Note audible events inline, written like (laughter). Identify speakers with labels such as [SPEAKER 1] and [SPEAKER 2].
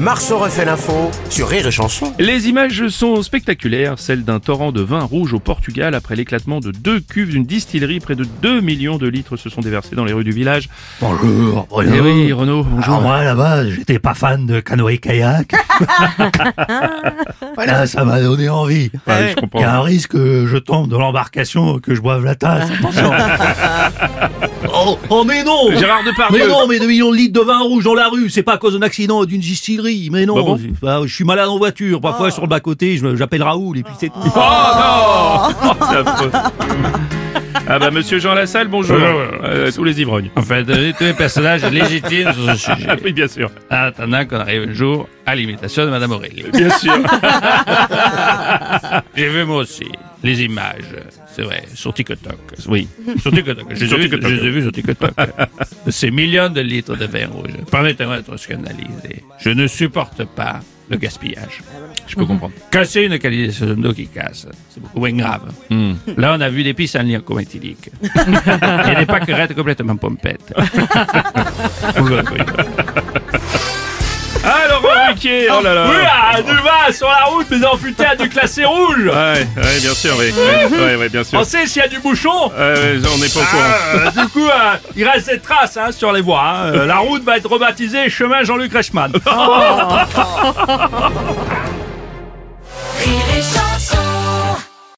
[SPEAKER 1] Marceau refait l'info sur Rire et Chanson.
[SPEAKER 2] Les images sont spectaculaires, celles d'un torrent de vin rouge au Portugal après l'éclatement de deux cuves d'une distillerie. Près de 2 millions de litres se sont déversés dans les rues du village.
[SPEAKER 3] Bonjour, Bruno.
[SPEAKER 2] Eh oui, Renaud, bonjour.
[SPEAKER 3] Alors moi, là-bas, j'étais pas fan de canoë-kayak. voilà, ça m'a donné envie.
[SPEAKER 2] Ouais, je
[SPEAKER 3] Il y a
[SPEAKER 2] comprends.
[SPEAKER 3] un risque que je tombe de l'embarcation, que je boive la tasse. Attention. (laughs) oh, oh, mais non
[SPEAKER 2] Gérard
[SPEAKER 3] mais
[SPEAKER 2] Depardieu.
[SPEAKER 3] non, mais 2 millions de litres de vin rouge dans la rue, c'est pas à cause d'un accident ou d'une distillerie. Mais non,
[SPEAKER 2] Bah bon
[SPEAKER 3] Bah, je suis malade en voiture. Parfois, sur le bas-côté, je me- j'appelle Raoul et puis c'est tout.
[SPEAKER 2] Oh non (laughs) Oh, c'est affreux. Ah bah monsieur Jean Lassalle, bonjour. Euh, tous les ivrognes.
[SPEAKER 4] En fait, euh, tous les personnages légitimes sur ce
[SPEAKER 2] Ah
[SPEAKER 4] sujet.
[SPEAKER 2] oui, bien sûr.
[SPEAKER 4] En attendant qu'on arrive le jour à l'imitation de Madame Aurélie.
[SPEAKER 2] Bien sûr.
[SPEAKER 4] J'ai vu moi aussi les images, c'est vrai, sur TikTok.
[SPEAKER 2] Oui.
[SPEAKER 4] Sur TikTok. Je les
[SPEAKER 2] (laughs)
[SPEAKER 4] ai
[SPEAKER 2] Sur
[SPEAKER 4] vues-
[SPEAKER 2] TikTok.
[SPEAKER 4] je les ai vues sur TikTok. De Ces millions de litres de vin rouge. Permettez-moi d'être scandalisé. Je ne supporte pas le gaspillage.
[SPEAKER 2] Je peux comprendre.
[SPEAKER 4] Casser une qualité d'eau qui casse, c'est beaucoup moins grave.
[SPEAKER 2] Hmm.
[SPEAKER 4] Là, on a vu des pistes en lien comme
[SPEAKER 2] (laughs)
[SPEAKER 4] éthylique. Et des pâquerettes complètement pompettes. Vous le voyez.
[SPEAKER 2] Alors, Ruquier, oh là là.
[SPEAKER 4] Oui, à du vin sur la route, mais enfuté à du classé rouge.
[SPEAKER 2] Ouais, ouais, bien sûr, oui. Ouais, ouais, ouais, bien sûr.
[SPEAKER 4] On sait s'il y a du bouchon.
[SPEAKER 2] Euh, on n'est pas au courant.
[SPEAKER 4] Ah, euh, du coup, euh, il reste des traces hein, sur les voies. hein. Euh, la route va être rebaptisée Chemin Jean-Luc Reichmann.